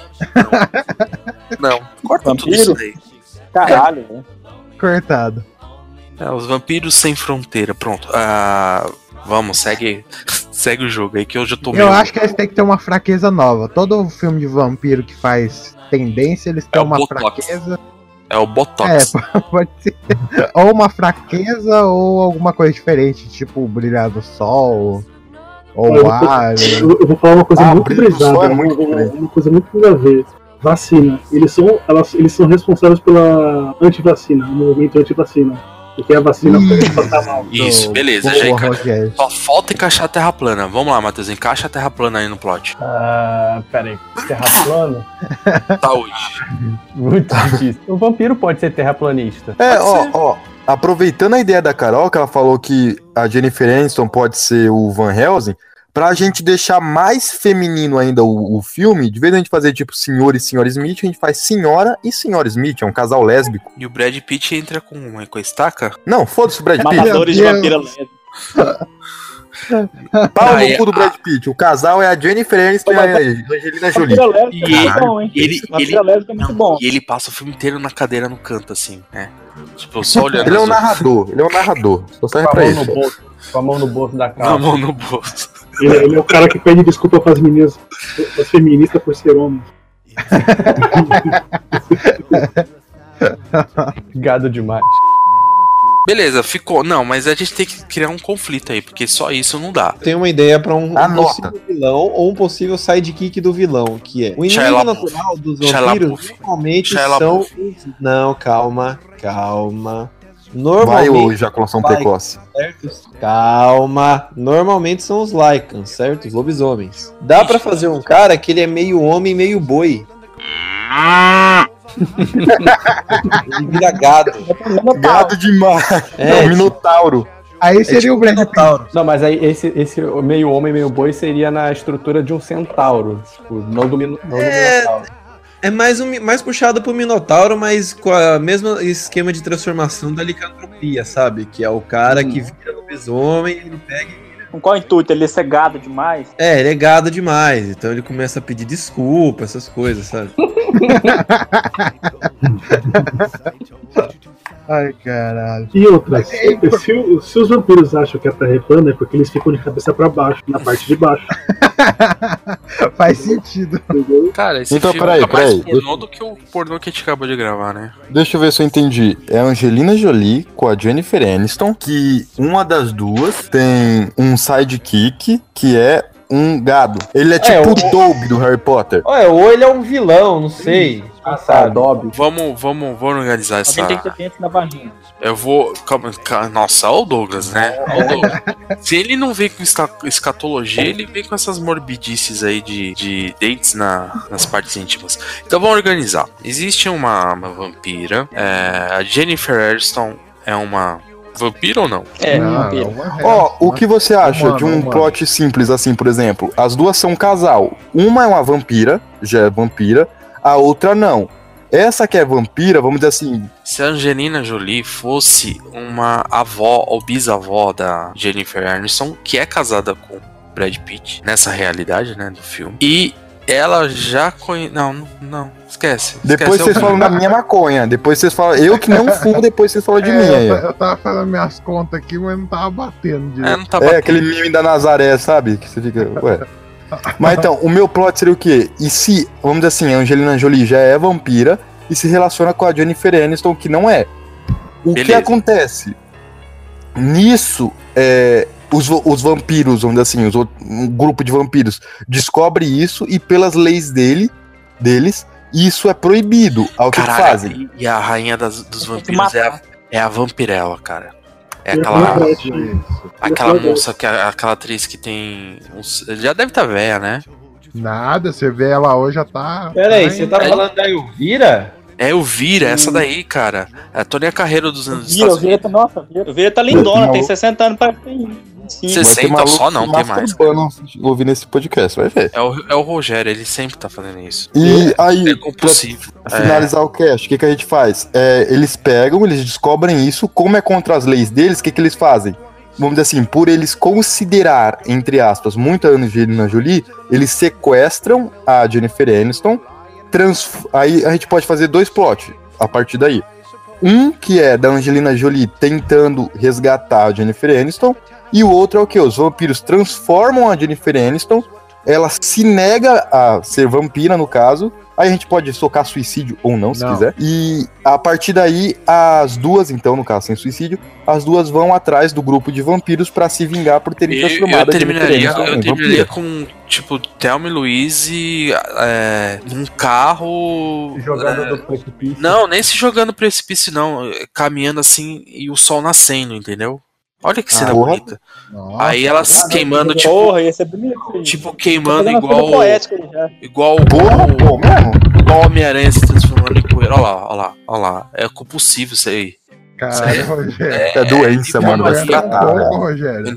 Não, corta tudo isso daí. Caralho, né? Cortado. É, os Vampiros Sem Fronteira, pronto. Ah, vamos, segue, segue o jogo aí que hoje eu tô Eu acho que eles têm que ter uma fraqueza nova. Todo filme de vampiro que faz tendência, eles têm é o uma Botox. fraqueza. É o Botox. É, pode ser. Ou uma fraqueza ou alguma coisa diferente, tipo brilhar do sol. Ou eu, o ar. vou, eu- eu vou falar uma coisa Ah, muito né? brilho do sol prezada, é uma- muito uma, diferente. uma coisa muito nada a ver. Vacina. Eles são, elas, eles são responsáveis pela antivacina, o movimento antivacina. Porque a vacina foi passar mal. Isso, beleza, Boa, já enca... Só falta encaixar a terra plana. Vamos lá, Matheus, encaixa a terra plana aí no plot. Ah, peraí, terraplano? É. Saúde. Muito difícil. O vampiro pode ser terraplanista. É, ó, ó. Aproveitando a ideia da Carol, que ela falou que a Jennifer Aniston pode ser o Van Helsing, pra gente deixar mais feminino ainda o, o filme, de vez em a gente fazer tipo senhor e senhora Smith, a gente faz senhora e senhora Smith, é um casal lésbico. E o Brad Pitt entra com uma com a estaca? Não, foda-se o Brad Pitt. Matadores de vampira Pau no Aí, cu do Brad Pitt. O casal é a Jennifer Aniston e a Angelina Jolie. E é ele, e ele, ele, lésbica é muito bom. E ele passa o filme inteiro na cadeira no canto, assim, né? Tipo, só olhando. Ele é um assim. narrador, ele é um narrador. Só serve Com a pra mão isso. no bolso. Com a mão no bolso da Com a calça. mão no bolso. Ele, ele é o cara que pede desculpa pras meninas, pras feministas por ser homem. Gado demais. Beleza, ficou. Não, mas a gente tem que criar um conflito aí, porque só isso não dá. Tem uma ideia pra Ah, um, um Anota. possível vilão ou um possível sidekick do vilão, que é o inimigo Shia LaBeouf. natural dos Shia vampiros LaBeouf. normalmente Shia são LaBeouf. os... Não, calma, calma. Vai ou Normalmente ejaculação Vai. precoce. Calma, normalmente são os Lycans, certo? Os lobisomens. Dá pra fazer um cara que ele é meio homem, meio boi. ele vira gado. Gado demais. É, É, Minotauro. Aí seria tipo- o Brad Pitt. Não, mas aí esse, esse meio homem, meio boi seria na estrutura de um centauro. Tipo, não do, mino, não do minotauro. É mais, um, mi- mais puxado pro Minotauro, mas com a mesmo esquema de transformação da licantropia, sabe? Que é o cara que vira lobisomem, ele não pega. Com qual intuito? Ele é cegado demais? É, ele é gado demais, então ele começa a pedir desculpa, essas coisas, sabe? Ai, caralho. E outra, se, se o- se os vampiros acham que a Terra é plana, é porque eles ficam de cabeça pra baixo, na parte de baixo. Faz sentido. Cara, esse Então, filme peraí, tá mais peraí. pornô do que o pornô que a gente acabou de gravar, né? Deixa eu ver se eu entendi. É a Angelina Jolie com a Jennifer Aniston, que uma das duas tem um sidekick que é um gado. Ele é tipo É, o o- Dobby do Harry Potter. Olha, ou ele é um vilão, não sei. Ah, Passado. Vamos, vamos, vamos organizar essa. Alguém tem que ter dentro da barrinha. Eu vou. Calma, ca- nossa, olha o Douglas, né? É. Olha o Douglas. Se ele não vem com esca- escatologia, ele vem com essas morbidices aí de, de dentes na, nas partes íntimas. Então vamos organizar. Existe uma, uma vampira. é, a Jennifer Aniston é uma. Vampira ou não? é Ó, o que você acha Humano, de um humano. plot simples assim, por exemplo? As duas são um casal. Uma é uma vampira, já é vampira, a outra não. Essa que é vampira, vamos dizer assim, Se a Angelina Jolie fosse uma avó ou bisavó da Jennifer Aniston, que é casada com o Brad Pitt, nessa realidade, né, do filme. E ela já conhece. Não, não, não, esquece. depois esquece, vocês eu- falam da minha maconha, depois vocês falam, eu que não fumo, depois vocês falam de É, mim aí. eu, ó. ta- eu tava fazendo minhas contas aqui, mas não tava batendo direito. tá é, aquele meme da Nazaré, sabe? Que você fica, ué. Mas então, o meu plot seria o quê? E se, vamos dizer assim, a Angelina Jolie já é vampira e se relaciona com a Jennifer Aniston, que não é. O que Beleza. acontece? Nisso, é, os, va- os vampiros, vamos dizer assim, os outro- um grupo de vampiros descobre isso e pelas leis dele, deles, isso é proibido. Ao que Caralho, é fazem? E, e a rainha das- dos vampiros é a, é a vampirela, cara. É aquela. Aquela moça, que, aquela atriz que tem. uns- já deve estar tá velha, né? Nada, você vê ela hoje, já tá. Peraí, você tá falando da Elvira? É Elvira, essa daí, cara. É a Toninha Carreiro dos anos dos Vira, Estados o Vira, tá- nossa, o Vira tá lindona, tem 60 anos pra Unidos. Sim. 60 só não, tem mais. Ouvir nesse podcast, vai ver. É o, é o Rogério, ele sempre tá fazendo isso. E aí, é compulsivo. Pra finalizar o cast, o que, que a gente faz? É, eles pegam, eles descobrem isso, como é contra as leis deles, o que, que eles fazem? Vamos dizer assim, por eles considerar, entre aspas, muito a Angelina Jolie, eles sequestram a Jennifer Aniston, trans- aí a gente pode fazer dois plots a partir daí. Um que é da Angelina Jolie tentando resgatar a Jennifer Aniston, e o outro é o que? Os vampiros transformam a Jennifer Aniston, ela se nega a ser vampira, no caso. Aí a gente pode socar suicídio ou não, se Não. quiser. E a partir daí, as duas, então, no caso, sem suicídio, as duas vão atrás do grupo de vampiros pra se vingar por terem Eu, transformado eu tá a né? Jennifer terminaria, Aniston eu em terminaria vampira. com, tipo, Thelma e Luiz e, é, num carro. Jogada é, do precipício. Não, nem se jogando precipício, não. É, Caminhando assim e o sol nascendo, entendeu? Olha que cena porra. bonita. Aí elas queimando, tipo. Porra, ia ser bonito. Tá Tipo, queimando Fazendo uma igual. coisa poética aí, já. Igual Porra, pô, mesmo? Igual o Homem-Aranha se transformando em poeira. Olha lá, olha lá, olha lá. É compulsivo isso aí. Caralho, Rogério. Tá É doença, mano, tá- vai se tratar, velho. Rogério.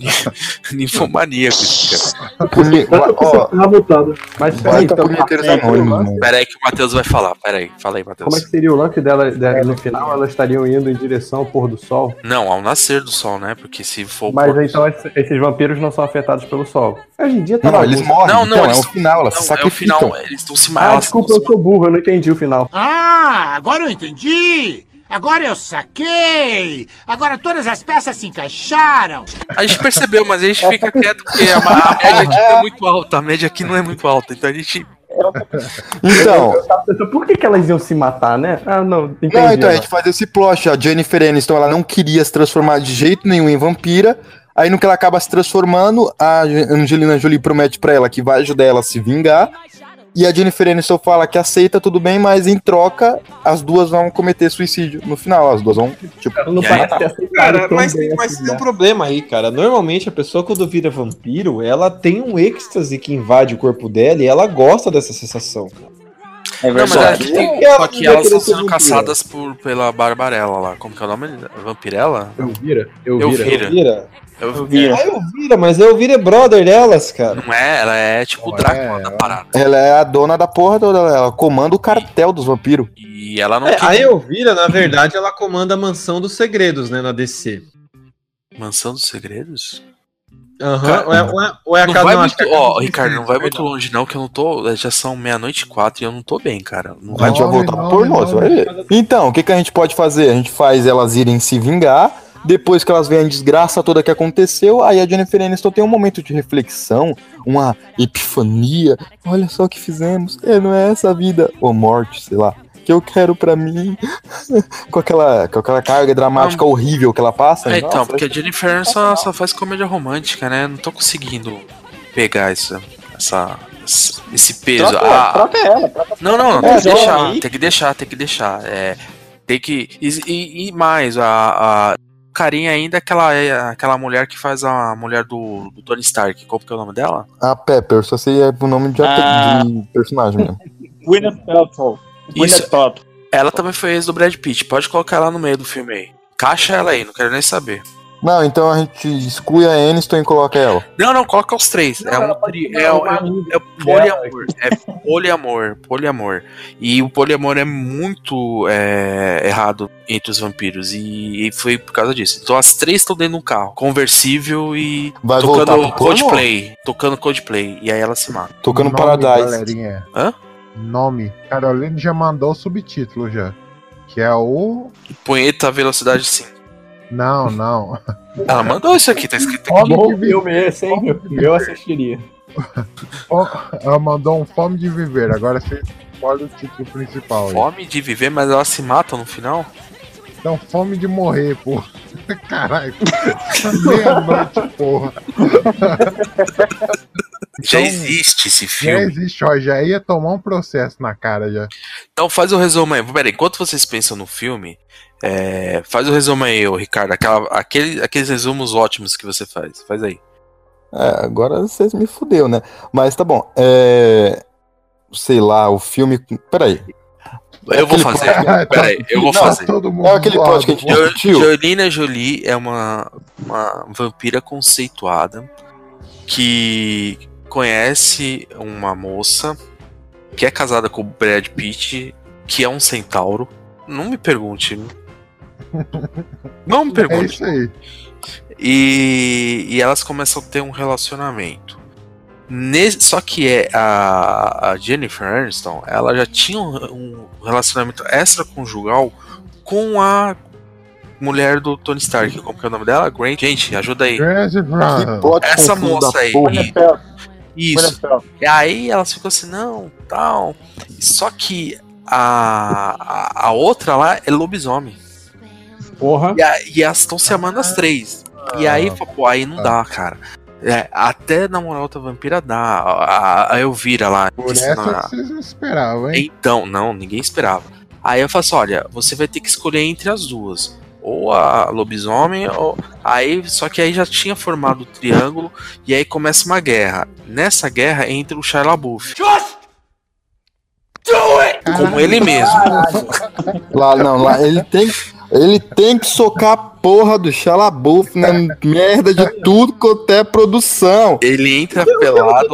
Ninfomaníaco, isso, cara. Puni- ó, Tá voltado. Mas peraí, vai tá pra então, punheteiros é, anônimos, mano. Pera aí que o Matheus vai falar. Pera aí, fala aí, Matheus. como é que seria o lance dela, dela no final? Elas estariam indo em direção ao pôr do sol? Não, ao nascer do sol, né? Porque se for. o Mas pôr do então esses- esses vampiros não são afetados pelo sol. Hoje em dia tá Não, bagunça. eles morrem. Não, não, então, eles- é o final, elas se sol, é o sacrificam. final. Eles estão se Ah, matando. desculpa, eu sou burro, eu não entendi o final. Ah, agora eu entendi! Agora eu saquei! Agora todas as peças se encaixaram! A gente percebeu, mas a gente fica quieto porque a, a média aqui não é muito alta. A média aqui não é muito alta. Então a gente. Então. Eu tava pensando, Ah, Por que, que elas iam se matar, né? Ah, não, entendi. Não, então a agora. gente faz esse plot. A Jennifer Aniston ela não queria se transformar de jeito nenhum em vampira. Aí no que ela acaba se transformando, a Angelina Jolie promete pra ela que vai ajudar ela a se vingar. E a Jennifer Aniston fala que aceita tudo bem, mas em troca as duas vão cometer suicídio no final. As duas vão tipo. Não parece ter aceitado Cara, tão mas, bem tem- mas assim, tem um né? problema aí, cara. Normalmente a pessoa quando vira vampiro, ela tem um êxtase que invade o corpo dela e ela gosta dessa sensação. É Não, mas Só aqui que tem. ela Só que não vai elas querer estão ser sendo vampira. caçadas por, pela Barbarella lá. Como que é o nome? Vampirella? Elvira? Elvira. Elvira. Elvira. Ah, Elvira, mas a Elvira é brother delas, cara. Não é, ela é tipo o Drácula da parada. Ela é a dona da porra toda, ela comanda o cartel dos vampiros. E ela não É, queria- a Elvira, na verdade, ela comanda a mansão dos segredos, né, na DC. Mansão dos Segredos? Aham, ou é- ou é- ou é a não casa- vai não, acho muito, que é a Ó, casa- Ricardo, não vai muito longe, não, que eu não tô. é, Já são meia-noite e quatro e eu não tô bem, cara. Não A gente vai voltar por nós, vai ver. Então, o que, que a gente pode fazer? A gente faz elas irem se vingar, depois que elas veem a desgraça toda que aconteceu, aí a Jennifer Aniston tem um momento de reflexão, uma epifania. Olha só o que fizemos, é, não é essa a vida, ou morte, sei lá, que eu quero pra mim. com, aquela, com aquela carga dramática horrível que ela passa. É, então, Nossa, porque a Jennifer Aniston só, só faz comédia romântica, né? Não tô conseguindo pegar isso, essa, esse peso. Troca Ah, ela, troca ela, troca- não, não, É, tem que joga deixar, aí. tem que deixar, tem que deixar. É, tem que. E, e- e mais, a, a carinha ainda é aquela, é aquela mulher que faz a mulher do, do Tony Stark. Qual que é o nome dela? A Ah, Pepper, só sei é o nome de, ate- Ah. de personagem mesmo. Gwyneth Paltrow. Gwyneth Ela também foi ex do Brad Pitt. Pode colocar ela no meio do filme aí. Caixa ela aí, não quero nem saber. Não, então a gente exclui a Aniston e coloca ela. Não, não, coloca os três. é um tri- é, um- é, um- é poliamor. É poliamor, poliamor. E o poliamor é muito é, errado entre os vampiros. E, e foi por causa disso. Então as três estão dentro de um carro. Conversível e Vai voltar tocando pro poliamor? Coldplay. Tocando Coldplay. E aí ela se mata. Tocando Nome, Galerinha. Hã? Nome. Caroline já mandou o subtítulo já. Que é o. Punheta velocidade 5. Não, não. Ela mandou isso aqui, tá escrito aqui. Bom filme esse, hein? meu? Eu assistiria. Ó, Ela mandou um fome de viver. Agora você escolhe o título principal. aí. Fome de viver, mas ela se mata no final? Não, Então, fome de morrer, porra. Caralho. Meia-noite, porra. Então, Já existe esse Já filme. existe, ó. Já ia tomar um processo na cara já. Então faz o resumo aí. Peraí, enquanto vocês pensam no filme, é, faz o resumo aí, ô, Ricardo. Aquela, aquele, aqueles resumos ótimos que você faz. Faz aí. É, agora vocês me fudeu, né? Mas tá bom. É. Sei lá, o filme. Peraí. Eu vou É Aquele fazer. plot- Peraí, eu vou Não, fazer. Tá É aquele plot que a gente Jo- discutiu. Jolina Jolie é uma, uma vampira conceituada que conhece uma moça que é casada com o Brad Pitt, que é um centauro. Não me pergunte. Não me pergunte. É isso aí. e, e elas começam a ter um relacionamento. Nesse- só que é a, a Jennifer Aniston, ela já tinha um, um relacionamento extraconjugal com a mulher do Tony Stark. Como que é o nome dela? Grant. Gente, ajuda aí. Que plot Essa confuso da moça aí. porra. Isso. E aí elas ficam assim, não, tal. Só que a, a, a outra lá é lobisomem. Porra. E, a- e elas estão se amando as três. E aí, fala, pô, aí não dá, cara. É, até namorar outra vampira dá. A, a- a Elvira lá. Por esqueci o nome essa dela. que vocês não esperavam, hein? Então, não, ninguém esperava. Aí eu falo assim, olha, você vai ter que escolher entre as duas. Ou a lobisomem, ou. Aí, só que aí já tinha formado o triângulo, e aí começa uma guerra. Nessa guerra entra o Shia LaBeouf. Como ele mesmo. Lá, não, lá. Ele tem, ele tem que socar a porra do Xalabuf na merda de tudo quanto é produção. Ele entra pelado.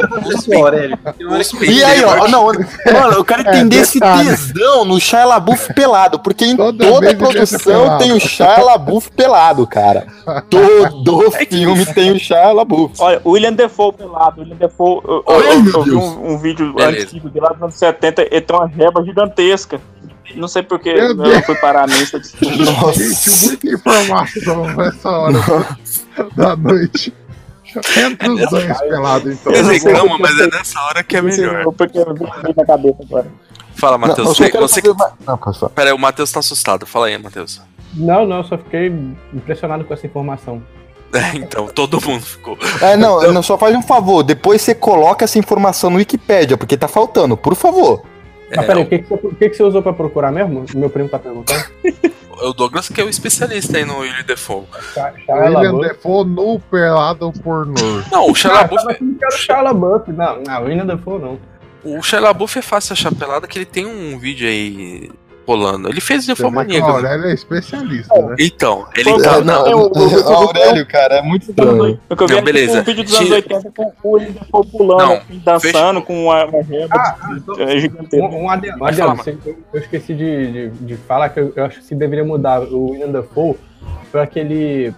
E aí, ó, não, mano, eu quero entender É, esse detalhe. tesão no Shia LaBeouf pelado, porque em toda, vez ele deixa produção pelado. tem o Shia LaBeouf pelado, cara. Todo É filme tem o Shia LaBeouf. Olha, o William Defoe pelado, o William Defoe. Eu, eu- eu vi um, um vídeo Beleza. antigo de lá dos anos 70, ele tem uma reba gigantesca. Não sei porque Meu eu Deus. não fui parar nisso. Gente, muita informação nessa hora da noite. Entra os dois pelados, então. Eles reclamam, mas é nessa hora que é melhor. Porque eu vi na cabeça agora. Fala, Não, Matheus. eu só Você, quero você... Peraí, o Matheus tá assustado. Fala aí, Matheus. Não, não, eu só fiquei impressionado com essa informação. É, então, todo mundo ficou. É, não, não, só faz um favor, depois você coloca essa informação no Wikipédia, porque tá faltando, por favor. É. É, Mas peraí, o que, que, você, o que que você usou pra procurar mesmo? Meu primo tá perguntando. O Douglas que é o especialista aí no William Defoe. William Defoe nu pelado pornô. Não, o Shia Ah, LaBeouf- Quero Shia LaBeouf. Não, não, William Defoe não. O Shia LaBeouf é fácil achar pelado que ele tem um vídeo aí rolando. Ele fez de forma Você vê que o maníaca. né? Aurélio é especialista, né? Então, ele Pô, tá. não, eu- eu- eu- Aurélio, cara, é muito estranho. Eu vi Não, aqui beleza. um vídeo dos anos Tira- 80 com o William Defoe pulando, Não, assim, dançando com uma, uma reba Ah, então- é, Um, gigantesca. um adendo, um Pode adendo, falar, você- eu, eu esqueci de, de, de falar que eu, eu acho que se deveria mudar. O William Dafoe foi aquele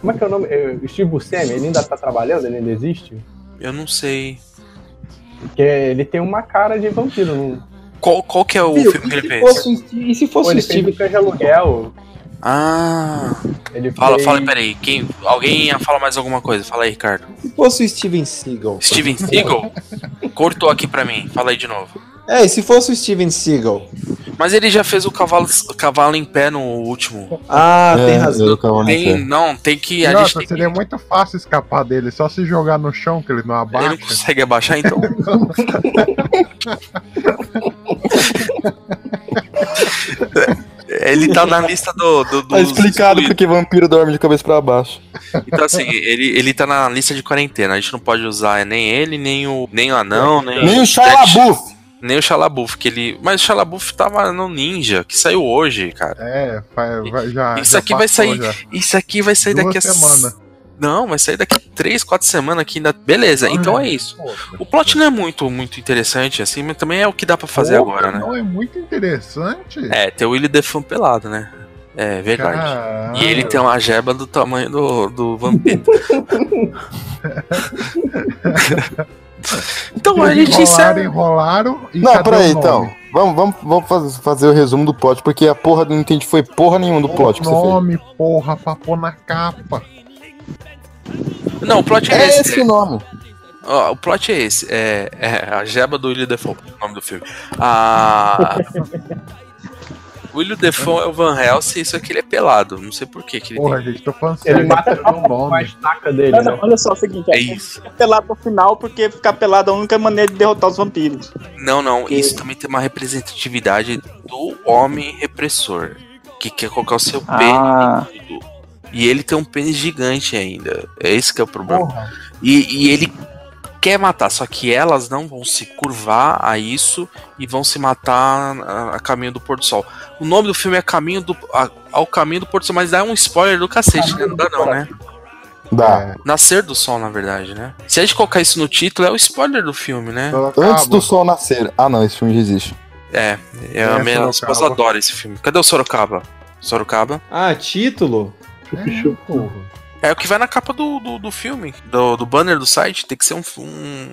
Como é que é o nome? Eh, o Steve Buscemi, ele ainda tá trabalhando? Ele ainda existe? Eu não sei. Porque ele tem uma cara de vampiro. Não... Qual, qual que é o Viu, filme que e ele se fez? fosse- e se fosse Pô, ele o Steve fez- Cães de Aluguel? Ah. Ele Fala, fez- fala, peraí. Quem, alguém ia falar mais alguma coisa? Fala aí, Ricardo. Se fosse o Steven Seagal. Steven Seagal? Cortou aqui pra mim. Fala aí de novo. É, e se fosse o Steven Seagal? Mas ele já fez o cavalo, o cavalo em pé no último. Ah, É, tem razão. eu tava nessa. Tem, não, tá tem que. A gente Nossa, tem- seria muito fácil escapar dele, só se jogar no chão que ele não ele não abaixa. consegue abaixar, então. ele tá na lista do. do Tá dos explicado porque vampiro dorme de cabeça pra baixo. Então, assim, ele, ele tá na lista de quarentena. A gente não pode usar nem ele, nem o, nem o anão, nem, Nem o Shia LaBeouf. Nem o Xalabuf, que ele. Mas o Xalabuf tava no Ninja, que saiu hoje, cara. É, vai- vai- já. isso já aqui vai passou, sair. já. Isso aqui vai sair Duas daqui a. semana. Não, vai sair daqui a 3, 4 semanas que ainda. Beleza, então é isso. O plot não é muito, muito interessante, assim, mas também é o que dá pra fazer Porra, agora, né? Não é muito interessante. É, tem o Willy Defun pelado, né? É verdade. Caralho. E ele tem uma jeba do tamanho do, do vampiro. então a gente enrolaram, encerra. enrolaram e Não, cadê peraí o nome? então. Vamos, vamos, vamos faz- fazer o resumo do plot, porque a porra não entendi foi porra nenhuma do plot que você fez. Nome, porra, papou na capa. Não, o plot é, É esse. esse o nome. Ó, o plot é esse. É, é a jeba do Willy Defoe, o nome do filme. A. Willy Defoe é o Van Helsing, isso aqui ele é pelado. Não sei por que que ele Porra, gente, tô falando Ele sério. mata cadê o nome? Taca dele, Mas, né? Olha só, é o seguinte, É é, isso. ficar pelado no final, porque ficar pelado é a única maneira de derrotar os vampiros. tem. Não, não, isso também tem uma representatividade do homem repressor. Que quer colocar o seu pênis Ah. em tudo. E ele tem um pênis gigante ainda. É esse que é o problema. E, e ele quer matar, só que elas não vão se curvar a isso e vão se matar a, a caminho do pôr do sol. O nome do filme é Caminho do a- ao caminho do pôr do sol, mas dá um spoiler do cacete, né? Não dá não, né? É, Dá. Nascer do sol, na verdade, né? Se a gente colocar isso no título, é o spoiler do filme, né? Antes do sol nascer. Ah, não, esse filme já existe. É, eu, É, a minha Sorocaba. esposa adora esse filme. Cadê o Sorocaba? Sorocaba? Ah, título? né, É o que vai na capa do, do, do filme, do, do banner do site. Tem que ser um, um-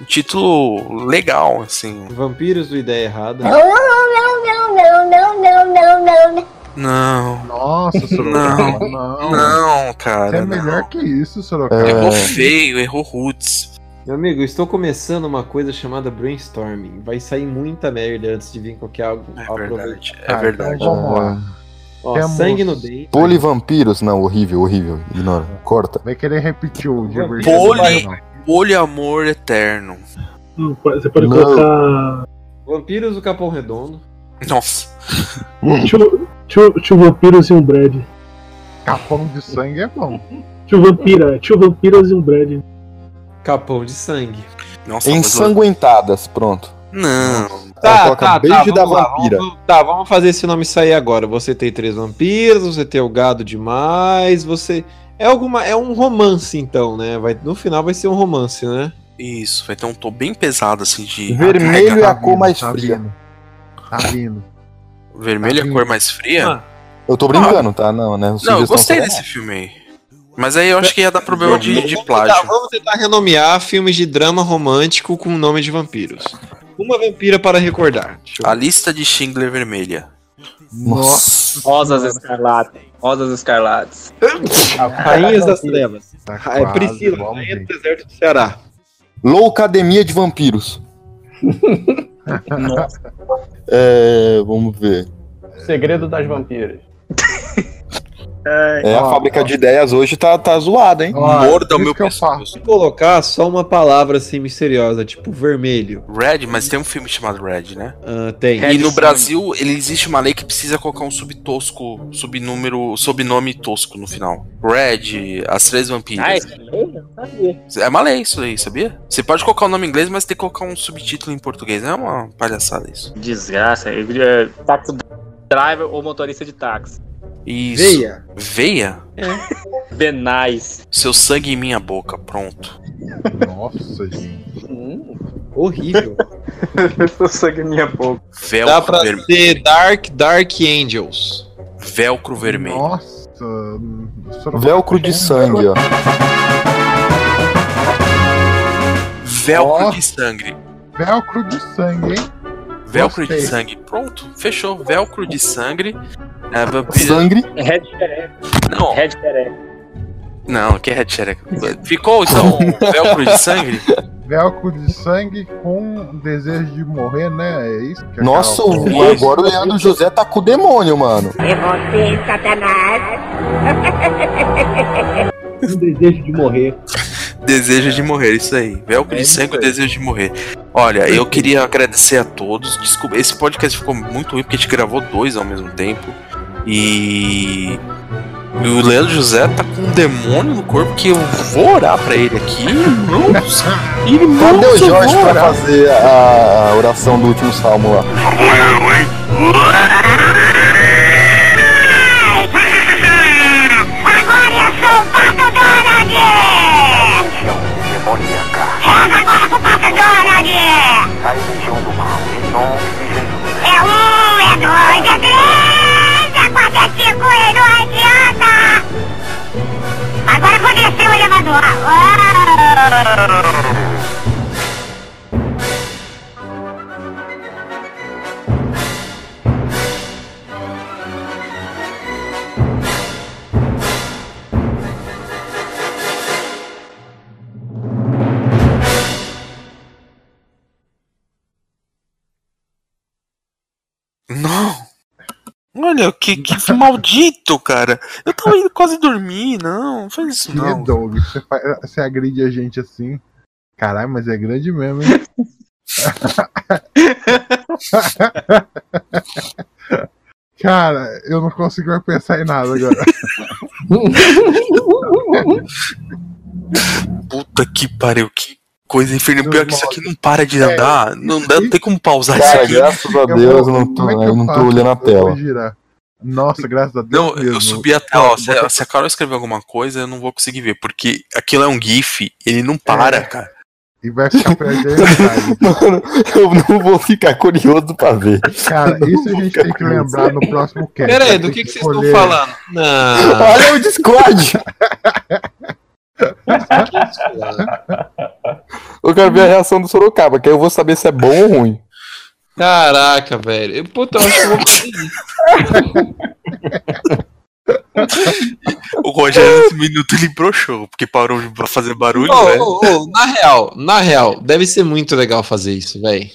um título legal, assim. Vampiros do Ideia Errada. Ah! não, não, não, não, não, não, não, não. Não. Nossa, Não, Sorocaba. não, Não. cara. é não. melhor que isso, Sorocaba. É. Errou feio, errou roots. Meu amigo, estou começando uma coisa chamada brainstorming. Vai sair muita merda antes de vir qualquer algo. É verdade, é verdade. vamos lá. Ó, Temos- sangue no dente. Ah, Polivampiros. Não, horrível, horrível. Ignora. Corta. Vai querer repetir o Diego Poli, poliamor eterno. Não, pode- Você pode Não. colocar. Vampiros do Capão Redondo. Nossa. Tio- Tio tio Vampiros e um Brad. Capão de sangue é bom. Tio Vampira, tio Vampiros e um Brad. Capão de sangue. Nossa, Ensanguentadas, pronto. Não. Ela Tá, coloca tá, tá. beijo da vamos lá, vampira. vamos- tá, vamos fazer esse nome sair agora. Você tem três vampiros, você tem o gado demais, você. É alguma. É um romance, então, né? Vai, no final vai ser um romance, né? Isso, vai ter um tom bem pesado, assim, de. Vermelho é Tá a cor vindo, mais tá fria. Tá vindo. vindo. Vermelho é a cor mais fria? Eu tô brincando, tá? Não, né? Não, eu Sugestão gostei foi- desse filme aí. Mas aí eu acho que ia dar problema de, de Tá, plágio. vamos tentar renomear filmes de drama romântico com o nome de vampiros. Uma vampira para recordar. A lista de Schindler vermelha. Nossa. Rosas escarlates. Rosas escarlates. Rainhas das Trevas. tá Ah, é quase, Priscila, vamos Rainha do ver. Deserto do Ceará. Loucademia de Vampiros. Nossa. É, vamos ver. Segredo das Vampiras. É, a fábrica de ideias hoje tá, tá zoada, hein? Ah, Morda o meu pescoço. Se colocar só uma palavra assim misteriosa, tipo vermelho. Red, mas tem um filme chamado Red, né? Ah, tem. e no Brasil, ele existe uma lei que precisa colocar um subtosco, subnúmero, sobrenome tosco no final. Red, as três vampiras. Ah, isso mesmo? Sabia. É uma lei isso aí, sabia? Você pode colocar o nome em inglês, mas tem que colocar um subtítulo em português. É uma palhaçada isso. Desgraça. Ele é táxi driver ou motorista de táxi. Isso. Veia. Veia? É. Benais. Seu sangue em minha boca, pronto. Nossa, gente. Horrível. Seu sangue em minha boca. Velcro Dá pra vermelho. ser Dark Dark Angels. Velcro vermelho. Nossa, hum, é Velcro de sangue, ó. Velcro de sangue. Velcro de sangue, hein? Velcro de Gostei. sangue. Pronto, fechou. Velcro de sangue. É, v- Sangue? Red Não. Red xereca. Não, que é red xereca. Ficou então velcro de sangue? Velcro de sangue com desejo de morrer, né? É isso que Nossa, aquela- o- agora o Leandro José tá com o demônio, mano. E você, Satanás? O desejo de morrer. Desejo de morrer, É isso aí. Velcro de sangue, o desejo de morrer. Olha, eu queria agradecer a todos. Desculpa, esse podcast ficou muito ruim porque a gente gravou dois ao mesmo tempo. E. e o Leandro José tá com um demônio no corpo que eu vou orar pra ele aqui. Irmãos, irmãos, Cadê o eu Jorge vou pra orar. fazer a a oração do último salmo lá? É um, é dois, é três, é quatro, é cinco, e não adianta! Agora aconteceu o elevador! Ah. Uou! Não! Olha, que, que maldito, cara! Eu tava indo quase dormir, não, não faz isso Que não. Doug, você, fa- você agride a gente assim. Caralho, mas é grande mesmo, hein? Cara, eu não consigo mais pensar em nada agora. Puta que pariu, que coisa infernal. Pior que isso aqui não para de andar, não, dá, não tem como pausar Cara, isso aqui. graças a Deus eu não tô, Como é que eu não tô faço? olhando a Eu tela. vou girar. Nossa, graças a Deus. Não, eu subi até, ó, se, é, a- se a Carol escrever alguma coisa, eu não vou conseguir ver, porque aquilo é um GIF, ele não para, cara. E vai ficar perdendo. Mano, eu não vou ficar curioso pra ver. Cara, isso a gente tem que lembrar no próximo cast. Pera aí, Tem do que, que vocês estão escolher- falando? Não. Olha o Discord! eu quero ver a reação do Sorocaba, que aí eu vou saber se é bom ou ruim. Caraca, velho. Eu, Puta, eu acho que eu vou fazer isso. O Rogério nesse minuto ele broxou, porque parou de fazer barulho, Ô, velho. ô, ô, na real, na real, deve ser muito legal fazer isso, velho.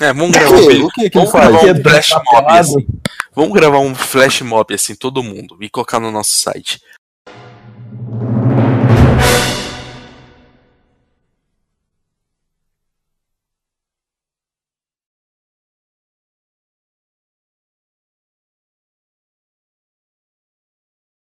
É, vamos O gravar quê? um- O quê que vamos ele faz? gravar Que é um flash dançar mob pelado? assim. Vamos gravar um flash mob assim, todo mundo, e colocar no nosso site.